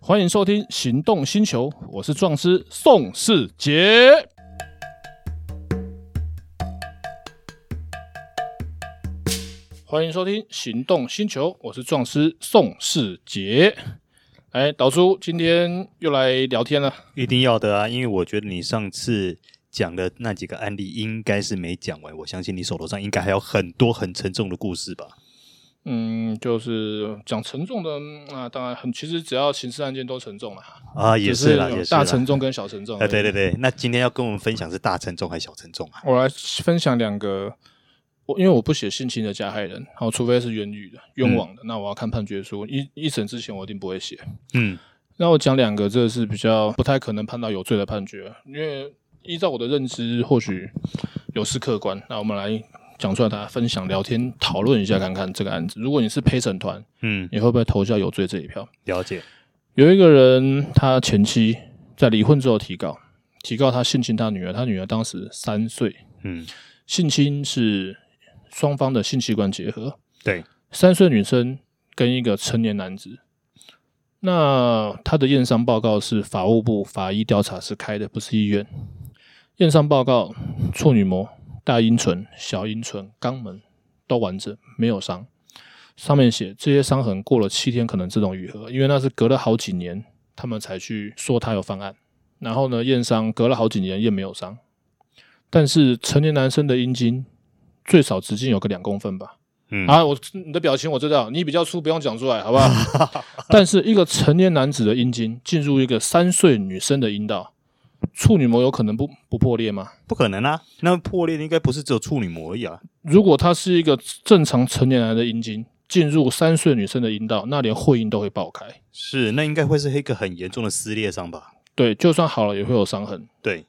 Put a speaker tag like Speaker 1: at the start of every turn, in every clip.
Speaker 1: 欢迎收听《行动星球》，我是壮师宋世杰。欢迎收听《行动星球》，我是壮师宋世杰。哎，导叔，今天又来聊天了。
Speaker 2: 一定要的啊，因为我觉得你上次讲的那几个案例应该是没讲完，我相信你手头上应该还有很多很沉重的故事吧？
Speaker 1: 嗯，就是讲沉重的嗯啊，当然很，其实只要刑事案件都沉重啦，
Speaker 2: 啊，也
Speaker 1: 只
Speaker 2: 是啦，
Speaker 1: 有
Speaker 2: 也是啦
Speaker 1: 大沉重跟小沉重。
Speaker 2: 啊，对对对，那今天要跟我们分享是大沉重还是小沉重啊？
Speaker 1: 我来分享两个，我因为我不写性侵的加害人，好，除非是冤狱的、冤枉的，那我要看判决书，一一审之前我一定不会写。
Speaker 2: 嗯
Speaker 1: 那我讲两个，这是比较不太可能判到有罪的判决，因为依照我的认知，或许有失客观。那我们来讲出来，大家分享、聊天、讨论一下，看看这个案子。如果你是陪审团，
Speaker 2: 嗯，
Speaker 1: 你会不会投下有罪这一票？
Speaker 2: 了解，
Speaker 1: 有一个人，他前妻在离婚之后提告，提告他性侵他女儿，他女儿当时三岁，
Speaker 2: 嗯，
Speaker 1: 性侵是双方的性器官结合，
Speaker 2: 对，
Speaker 1: 三岁女生跟一个成年男子。那他的验伤报告是法务部法医调查室开的，不是医院。验伤报告，处女膜、大阴唇、小阴唇、肛门都完整，没有伤。上面写这些伤痕过了七天可能自动愈合，因为那是隔了好几年他们才去说他有犯案。然后呢，验伤隔了好几年也没有伤，但是成年男生的阴茎最少直径有个两公分吧？
Speaker 2: 嗯
Speaker 1: 啊，我你的表情我知道，你比较粗，不用讲出来，好不好？ 但是一个成年男子的阴茎进入一个三岁女生的阴道，处女膜有可能不不破裂吗？
Speaker 2: 不可能啊，那破裂应该不是只有处女膜而已啊，
Speaker 1: 如果它是一个正常成年男的阴茎进入三岁女生的阴道，那连会阴都会爆开。
Speaker 2: 是，那应该会是一个很严重的撕裂伤吧？
Speaker 1: 对，就算好了也会有伤痕，
Speaker 2: 对，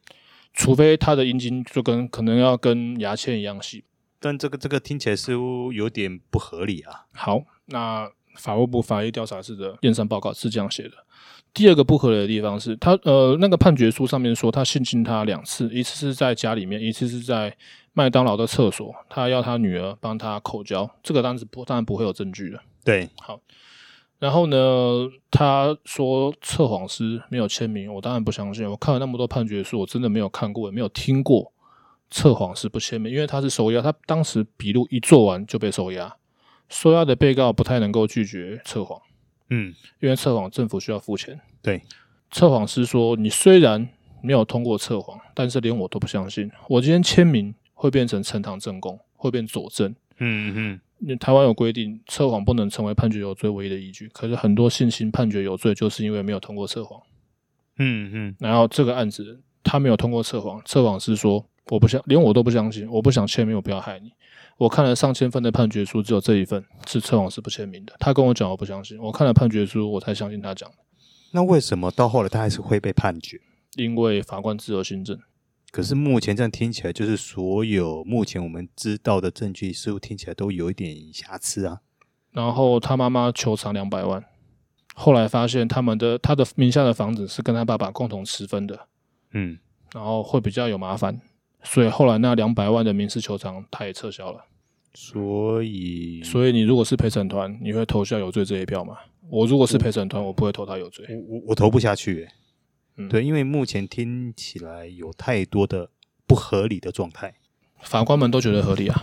Speaker 1: 除非他的阴茎就跟可能要跟牙签一样细。
Speaker 2: 但这个这个听起来似乎有点不合理啊，
Speaker 1: 好，那法务部法医调查室的验伤报告是这样写的。第二个不合理的地方是，他呃那个判决书上面说他性侵她两次，一次是在家里面，一次是在麦当劳的厕所，他要他女儿帮他口交，这个当然是不当然不会有证据的。
Speaker 2: 对，
Speaker 1: 然后呢，他说测谎师没有签名，我当然不相信。我看了那么多判决书，我真的没有看过，也没有听过测谎师不签名，因为他是收押，他当时笔录一做完就被收押。收押的被告不太能够拒绝测谎，
Speaker 2: 嗯，
Speaker 1: 因为测谎政府需要付钱。
Speaker 2: 对，
Speaker 1: 测谎师说：“你虽然没有通过测谎，但是连我都不相信。我今天签名会变成呈堂证供，会变佐证。
Speaker 2: 嗯嗯嗯，
Speaker 1: 因为台湾有规定，测谎不能成为判决有罪唯一的依据。可是很多性侵判决有罪，就是因为没有通过测谎。
Speaker 2: 嗯嗯，
Speaker 1: 然后这个案子他没有通过测谎，测谎师说我不相，连我都不相信，我不想签名，我不要害你。我看了上千份的判决书，只有这一份是测谎师不签名的。他跟我讲，我不相信。我看了判决书，我才相信他讲的，
Speaker 2: 那为什么到后来他还是会被判决？
Speaker 1: 因为法官自由行政。
Speaker 2: 可是目前这样听起来，就是所有目前我们知道的证据，似乎听起来都有一点瑕疵啊。
Speaker 1: 然后他妈妈求偿两百万，后来发现他们的他的名下的房子是跟他爸爸共同持分的，
Speaker 2: 嗯，
Speaker 1: 然后会比较有麻烦，所以后来那两百万的民事求偿他也撤销了。
Speaker 2: 所以，
Speaker 1: 所以你如果是陪审团，你会投下有罪这一票吗？我如果是陪审团，我不会投他有罪。
Speaker 2: 我我我投不下去、欸。
Speaker 1: 嗯
Speaker 2: 对，因为目前听起来有太多的不合理的状态。
Speaker 1: 法官们都觉得合理啊。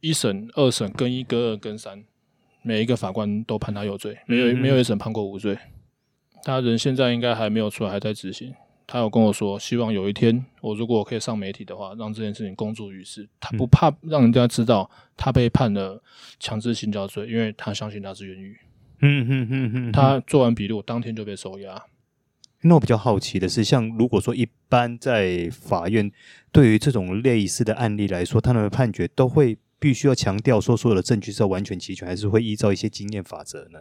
Speaker 1: 一审、二审跟一、跟二、跟三，每一个法官都判他有罪，没有
Speaker 2: 嗯
Speaker 1: 没有一审判过无罪。他人现在应该还没有出来，还在执行。他有跟我说，希望有一天我如果我可以上媒体的话，让这件事情公诸于世。他
Speaker 2: 嗯
Speaker 1: 不怕让人家知道他被判了强制性交罪，因为他相信他是冤狱。
Speaker 2: 嗯哼哼哼
Speaker 1: 他
Speaker 2: 他
Speaker 1: 做完笔录当天就被收押，
Speaker 2: 那我比较好奇的是，像如果说一般在法院对于这种类似的案例来说，他们的判决都会必须要强调说所有的证据是要完全齐全，还是会依照一些经验法则呢？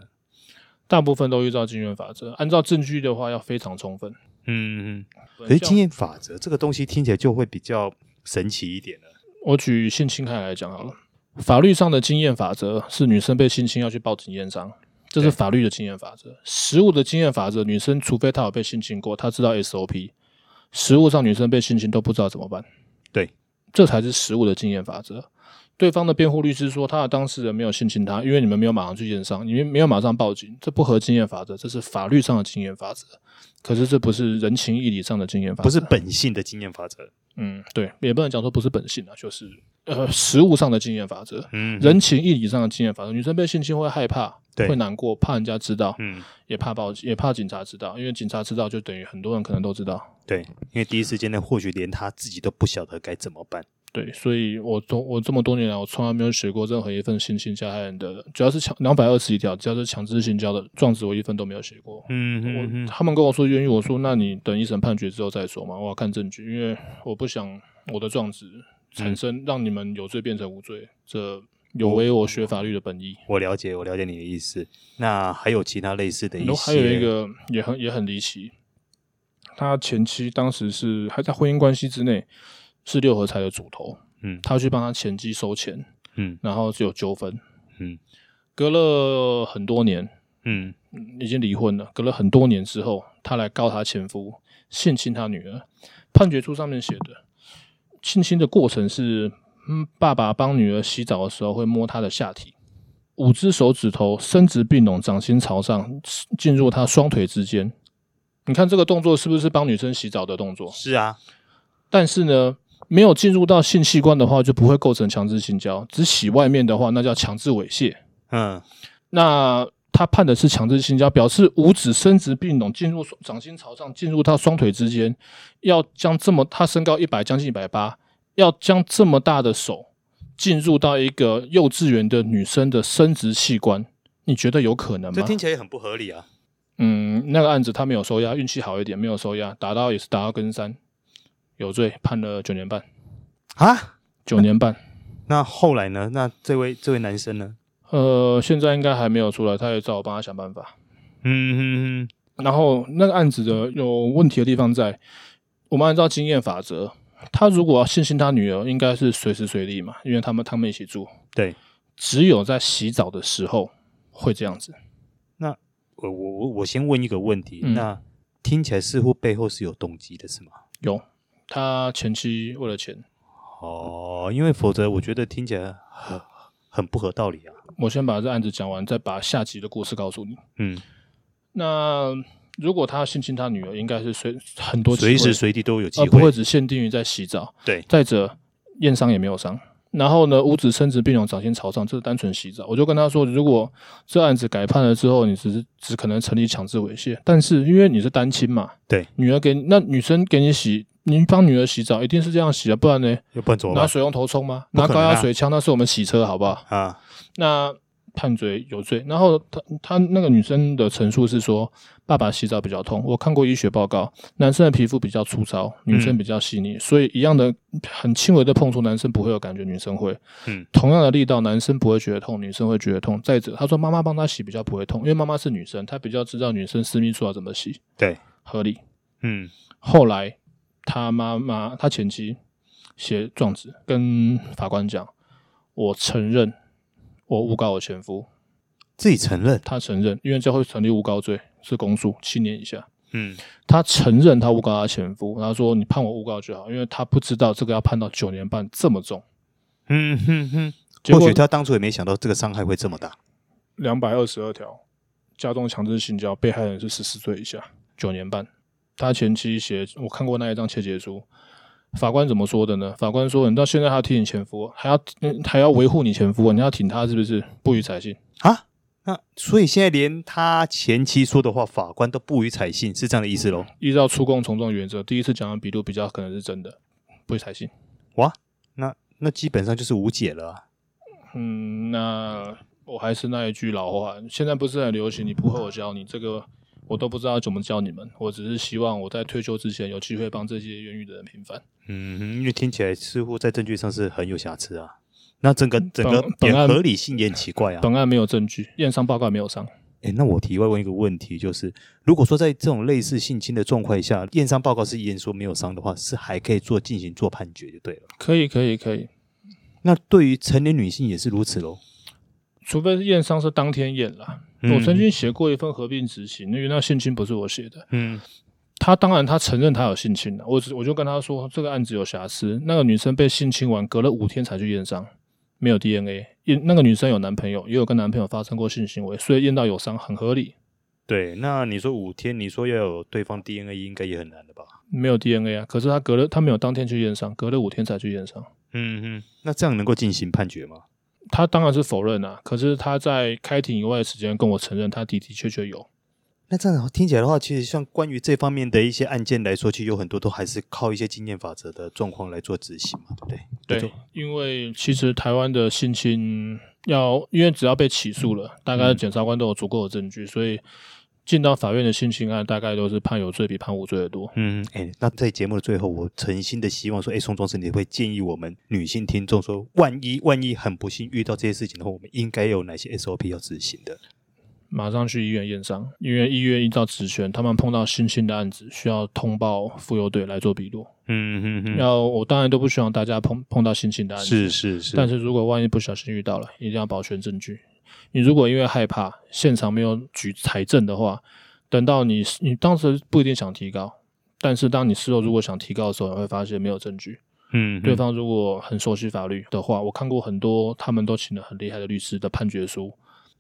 Speaker 1: 大部分都依照经验法则，按照证据的话要非常充分。
Speaker 2: 嗯嗯。可是经验法则这个东西听起来就会比较神奇一点了。
Speaker 1: 我举性侵害来讲好了，法律上的经验法则是女生被性侵要去报警验伤，这是
Speaker 2: 对
Speaker 1: 法律的经验法则。实务的经验法则，女生除非她有被性侵过，她知道 SOP。实务上，女生被性侵都不知道怎么办，
Speaker 2: 对，
Speaker 1: 这才是实务的经验法则。对方的辩护律师说，他的当事人没有性侵他，因为你们没有马上去验伤，你们没有马上报警，这不合经验法则，这是法律上的经验法则。可是这不是人情义理上的经验法则，
Speaker 2: 不是本性的经验法则。
Speaker 1: 嗯，对，也不能讲说不是本性啊，就是呃实物上的经验法则，
Speaker 2: 嗯，
Speaker 1: 人情义理上的经验法则。女生被性侵会害怕，
Speaker 2: 对
Speaker 1: 会难过，怕人家知道，
Speaker 2: 嗯，
Speaker 1: 也怕报，也怕警察知道，因为警察知道就等于很多人可能都知道。
Speaker 2: 对，因为第一时间内或许连他自己都不晓得该怎么办。
Speaker 1: 对，所以我从我这么多年来，我从来没有写过任何一份性侵加害人的，只要是强两百二十一条，只要是强制性交的状子，我一份都没有写过。
Speaker 2: 嗯
Speaker 1: 我他们跟我说冤狱，我说那你等一审判决之后再说嘛，我要看证据，因为我不想我的状子产
Speaker 2: 嗯
Speaker 1: 生让你们有罪变成无罪，这有违我学法律的本意。
Speaker 2: 我了解，我了解你的意思。那还有其他类似的一
Speaker 1: 然后
Speaker 2: 些，
Speaker 1: 还有一个也很也很离奇，他前妻当时是还在婚姻关系之内，是六合彩的主头，
Speaker 2: 嗯
Speaker 1: 他去帮他前妻收钱，
Speaker 2: 嗯
Speaker 1: 然后就有纠纷，
Speaker 2: 嗯，
Speaker 1: 隔了很多年，
Speaker 2: 嗯
Speaker 1: 已经离婚了，隔了很多年之后，她来告她前夫性侵她女儿。判决书上面写的，性侵的过程是，嗯，爸爸帮女儿洗澡的时候会摸她的下体，五只手指头伸直并拢，掌心朝上，进入她双腿之间。你看这个动作是不是帮女生洗澡的动作？
Speaker 2: 是啊，
Speaker 1: 但是呢，没有进入到性器官的话，就不会构成强制性交；只洗外面的话，那叫强制猥亵。
Speaker 2: 嗯
Speaker 1: 那他判的是强制性交，表示五指伸直并拢，进入双掌心朝上，进入到双腿之间，要将这么他身高一百，将近一百八，要将这么大的手进入到一个幼稚园的女生的生殖器官，你觉得有可能
Speaker 2: 这
Speaker 1: 吗？
Speaker 2: 听起来也很不合理啊。
Speaker 1: 嗯，那个案子他没有收押，运气好一点，没有收押，打到也是打到跟山，有罪，判了九年半，
Speaker 2: 啊，
Speaker 1: 九年半。
Speaker 2: 那后来呢？那这位这位男生呢？
Speaker 1: 呃，现在应该还没有出来，他也找我帮他想办法。
Speaker 2: 嗯嗯
Speaker 1: 然后那个案子的有问题的地方在，我们按照经验法则，他如果要性侵他女儿，应该是随时随地嘛，因为他们他们一起住，
Speaker 2: 对，
Speaker 1: 只有在洗澡的时候会这样子。
Speaker 2: 我我我我先问一个问题，
Speaker 1: 嗯
Speaker 2: 那听起来似乎背后是有动机的，是吗？
Speaker 1: 有，他前妻为了钱，
Speaker 2: 哦，因为否则我觉得听起来很很不合道理啊。
Speaker 1: 我先把这案子讲完，再把下集的故事告诉你。
Speaker 2: 嗯，
Speaker 1: 那如果他性侵他女儿，应该是随很多机
Speaker 2: 随
Speaker 1: 会
Speaker 2: 时随地都有机
Speaker 1: 而
Speaker 2: 啊会，
Speaker 1: 不会只限定于在洗澡。
Speaker 2: 对，
Speaker 1: 再者，验伤也没有伤。然后呢，五指伸直并拢，掌心朝上，这是单纯洗澡。我就跟他说，如果这案子改判了之后，你只是只可能成立强制猥亵，但是因为你是单亲嘛，
Speaker 2: 对，
Speaker 1: 女儿给你那女生给你洗，你帮女儿洗澡一定是这样洗啊，不然呢，
Speaker 2: 要不然怎么
Speaker 1: 拿
Speaker 2: 办
Speaker 1: 水龙头冲吗？
Speaker 2: 不
Speaker 1: 拿
Speaker 2: 可能
Speaker 1: 高
Speaker 2: 啊
Speaker 1: 压水枪，那是我们洗车，好不好？
Speaker 2: 啊？
Speaker 1: 那判罪有罪。然后他他那个女生的陈述是说，爸爸洗澡比较痛，我看过医学报告，男生的皮肤比较粗糙，女
Speaker 2: 嗯
Speaker 1: 生比较细腻，所以一样的很轻微的碰触，男生不会有感觉，女生会。
Speaker 2: 嗯，
Speaker 1: 同样的力道，男生不会觉得痛，女生会觉得痛。再者，他说妈妈帮他洗比较不会痛，因为妈妈是女生，她比较知道女生私密处要怎么洗，
Speaker 2: 对，
Speaker 1: 合理。
Speaker 2: 嗯
Speaker 1: 后来他妈妈，他前妻写状子跟法官讲，我承认我诬告我前夫，
Speaker 2: 自己承认，
Speaker 1: 他承认，因为这会成立诬告罪，是公诉七年以下。
Speaker 2: 嗯
Speaker 1: 他承认他诬告他前夫，他说你判我诬告就好，因为他不知道这个要判到九年半这么重。
Speaker 2: 嗯哼哼。
Speaker 1: 结
Speaker 2: 或
Speaker 1: 果
Speaker 2: 许他当初也没想到这个伤害会这么大。
Speaker 1: 两百二十二条，加重强制性交，被害人是十四岁以下，九年半。他前妻写，我看过那一张切结书，法官怎么说的呢？法官说，你到现在还要替你前夫，还要、嗯、还要维护你前夫，你要挺他是不是？不予采信。
Speaker 2: 啊，那所以现在连他前妻说的话，法官都不予采信，是这样的意思喽？
Speaker 1: 依照出供从重原则，第一次讲的笔录比较可能是真的，不予采信。
Speaker 2: 哇，那那基本上就是无解了啊、
Speaker 1: 嗯，那我还是那一句老话，现在不是很流行，你不会我教你这个，我都不知道怎么教你们。我只是希望我在退休之前有机会帮这些冤狱的人平反。
Speaker 2: 嗯哼，因为听起来似乎在证据上是很有瑕疵啊。那整个整个
Speaker 1: 嗯本
Speaker 2: 也
Speaker 1: 案
Speaker 2: 合理性也很奇怪啊。
Speaker 1: 本案没有证据，验伤报告没有伤，
Speaker 2: 诶，那我题外问一个问题，就是如果说在这种类似性侵的状况下，验伤报告是验说没有伤的话，是还可以做进行做判决就对了。
Speaker 1: 可以，可以，可以，
Speaker 2: 那对于成年女性也是如此喽。
Speaker 1: 除非验伤是当天验啦。我曾经写过一份合并执行，因为那性侵不是我写的，
Speaker 2: 嗯
Speaker 1: 他当然他承认他有性侵了，我只我就跟他说这个案子有瑕疵，那个女生被性侵完隔了五天才去验伤，没有 DNA，也那个女生有男朋友，也有跟男朋友发生过性行为，所以验到有伤很合理。
Speaker 2: 对，那你说五天，你说要有对方 DNA，应该也很难的吧？
Speaker 1: 没有 DNA 啊，可是他隔了，他没有当天去验伤，隔了五天才去验伤。
Speaker 2: 嗯哼，那这样能够进行判决吗？
Speaker 1: 他当然是否认啊，可是他在开庭以外的时间跟我承认，他的的确确有。
Speaker 2: 那这样听起来的话，其实像关于这方面的一些案件来说，其实有很多都还是靠一些经验法则的状况来做执行嘛，对不对？
Speaker 1: 对，因为其实台湾的性侵要，因为只要被起诉
Speaker 2: 嗯
Speaker 1: 了，大概检察官都有足够的证据，所以进到法院的性侵案，大概都是判有罪比判无罪的多。
Speaker 2: 嗯，哎，那在节目的最后，我诚心的希望说，哎，宋庄师，你会建议我们女性听众说，万一万一很不幸遇到这些事情的话，我们应该有哪些 SOP 要执行的？
Speaker 1: 马上去医院验伤，因为医院依照职权，他们碰到性侵的案子，需要通报妇幼队来做笔录。
Speaker 2: 嗯嗯
Speaker 1: 要我当然都不希望大家碰碰到性侵的案子，
Speaker 2: 是是是，
Speaker 1: 但是如果万一不小心遇到了，一定要保全证据。你如果因为害怕现场没有举财证的话，等到你你当时不一定想提高，但是当你事后如果想提高的时候，你会发现没有证据。
Speaker 2: 嗯，
Speaker 1: 对方如果很熟悉法律的话，我看过很多他们都请了很厉害的律师的判决书，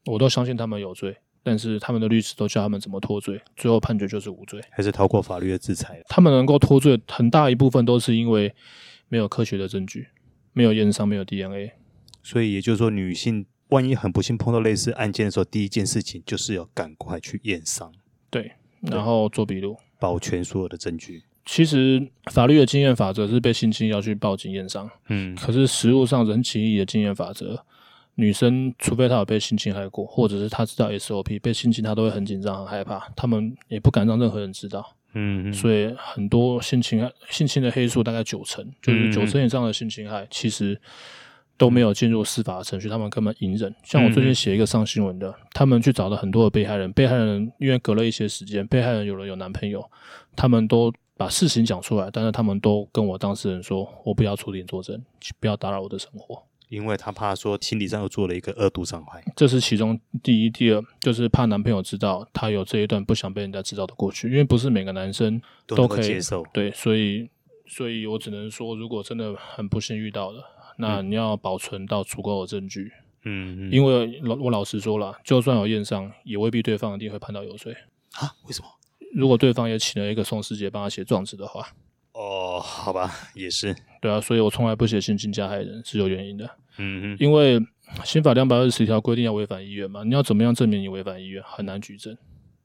Speaker 1: 我都相信他们有罪，但是他们的律师都教他们怎么脱罪，最后判决就是无罪。
Speaker 2: 还是逃过法律的制裁了。
Speaker 1: 他们能够脱罪，很大一部分都是因为没有科学的证据，没有验伤，没有 DNA。
Speaker 2: 所以也就是说，女性万一很不幸碰到类似案件的时候，第一件事情就是要赶快去验伤，
Speaker 1: 对，然后做笔录。
Speaker 2: 保全所有的证据。
Speaker 1: 其实法律的经验法则是被性侵要去报警验伤，
Speaker 2: 嗯
Speaker 1: 可是实务上人情义的经验法则，女生除非她有被性侵害过，或者是她知道 SOP 被性侵，她都会很紧张、很害怕，他们也不敢让任何人知道。
Speaker 2: 嗯
Speaker 1: 所以很多性侵害、性侵的黑数大概九成，就是
Speaker 2: 嗯
Speaker 1: 九成以上的性侵害，其实都没有进入司法的程序，他们根本隐忍。像我最
Speaker 2: 嗯
Speaker 1: 近写一个上新闻的，他们去找了很多的被害人，被害人因为隔了一些时间，被害人有了有男朋友，他们都把事情讲出来，但是他们都跟我当事人说，我不要出庭作证，不要打扰我的生活。
Speaker 2: 因为他怕说心理上又做了一个恶毒伤害。
Speaker 1: 这是其中第一、第二，就是怕男朋友知道他有这一段不想被人家知道的过去，因为不是每个男生
Speaker 2: 都
Speaker 1: 都
Speaker 2: 能够
Speaker 1: 可以
Speaker 2: 接受
Speaker 1: 对，所以，所以我只能说，如果真的很不幸遇到了，那你要保存到足够的证据，
Speaker 2: 嗯
Speaker 1: 因为老我老实说了，就算有验伤，也未必对方一定会判到有罪。
Speaker 2: 啊，为什么？
Speaker 1: 如果对方也请了一个宋师姐帮他写状子的话，
Speaker 2: 哦，好吧，也是。
Speaker 1: 对啊，所以我从来不写性侵加害人是有原因的。
Speaker 2: 嗯
Speaker 1: 因为刑法两百二十条规定要违反意愿嘛，你要怎么样证明你违反意愿，很难举证。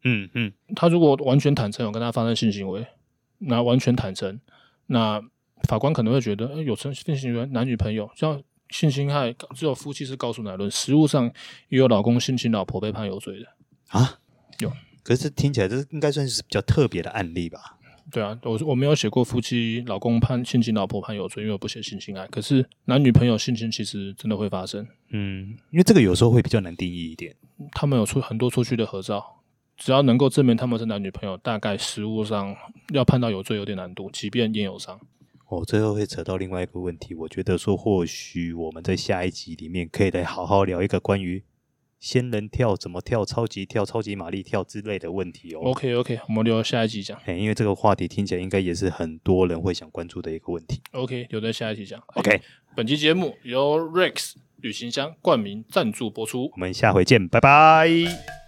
Speaker 2: 嗯嗯
Speaker 1: 他如果完全坦诚有跟他发生性行为，那完全坦诚，那法官可能会觉得，诶有成性行为男女朋友，像性侵害只有夫妻是告诉乃论，实务上也有老公性侵老婆被判有罪的。
Speaker 2: 啊，
Speaker 1: 有。
Speaker 2: 可是听起来这应该算是比较特别的案例吧？
Speaker 1: 对啊，我我没有写过夫妻老公判性侵老婆判有罪，因为我不写性侵害。可是男女朋友性侵其实真的会发生，
Speaker 2: 嗯，因为这个有时候会比较难定义一点。
Speaker 1: 他们有出很多出去的合照，只要能够证明他们是男女朋友，大概实务上要判到有罪有点难度，即便验有伤。
Speaker 2: 哦，最后会扯到另外一个问题，我觉得说或许我们在下一集里面可以来好好聊一个关于仙人跳怎么跳、超级跳、超级玛丽跳之类的问题哦。
Speaker 1: OK OK，我们留下一集讲。
Speaker 2: 哎因为这个话题听起来应该也是很多人会想关注的一个问题。
Speaker 1: OK，留在下一期讲。
Speaker 2: OK，
Speaker 1: 本期节目由 Rex 旅行箱冠名赞助播出。
Speaker 2: 我们下回见，拜拜。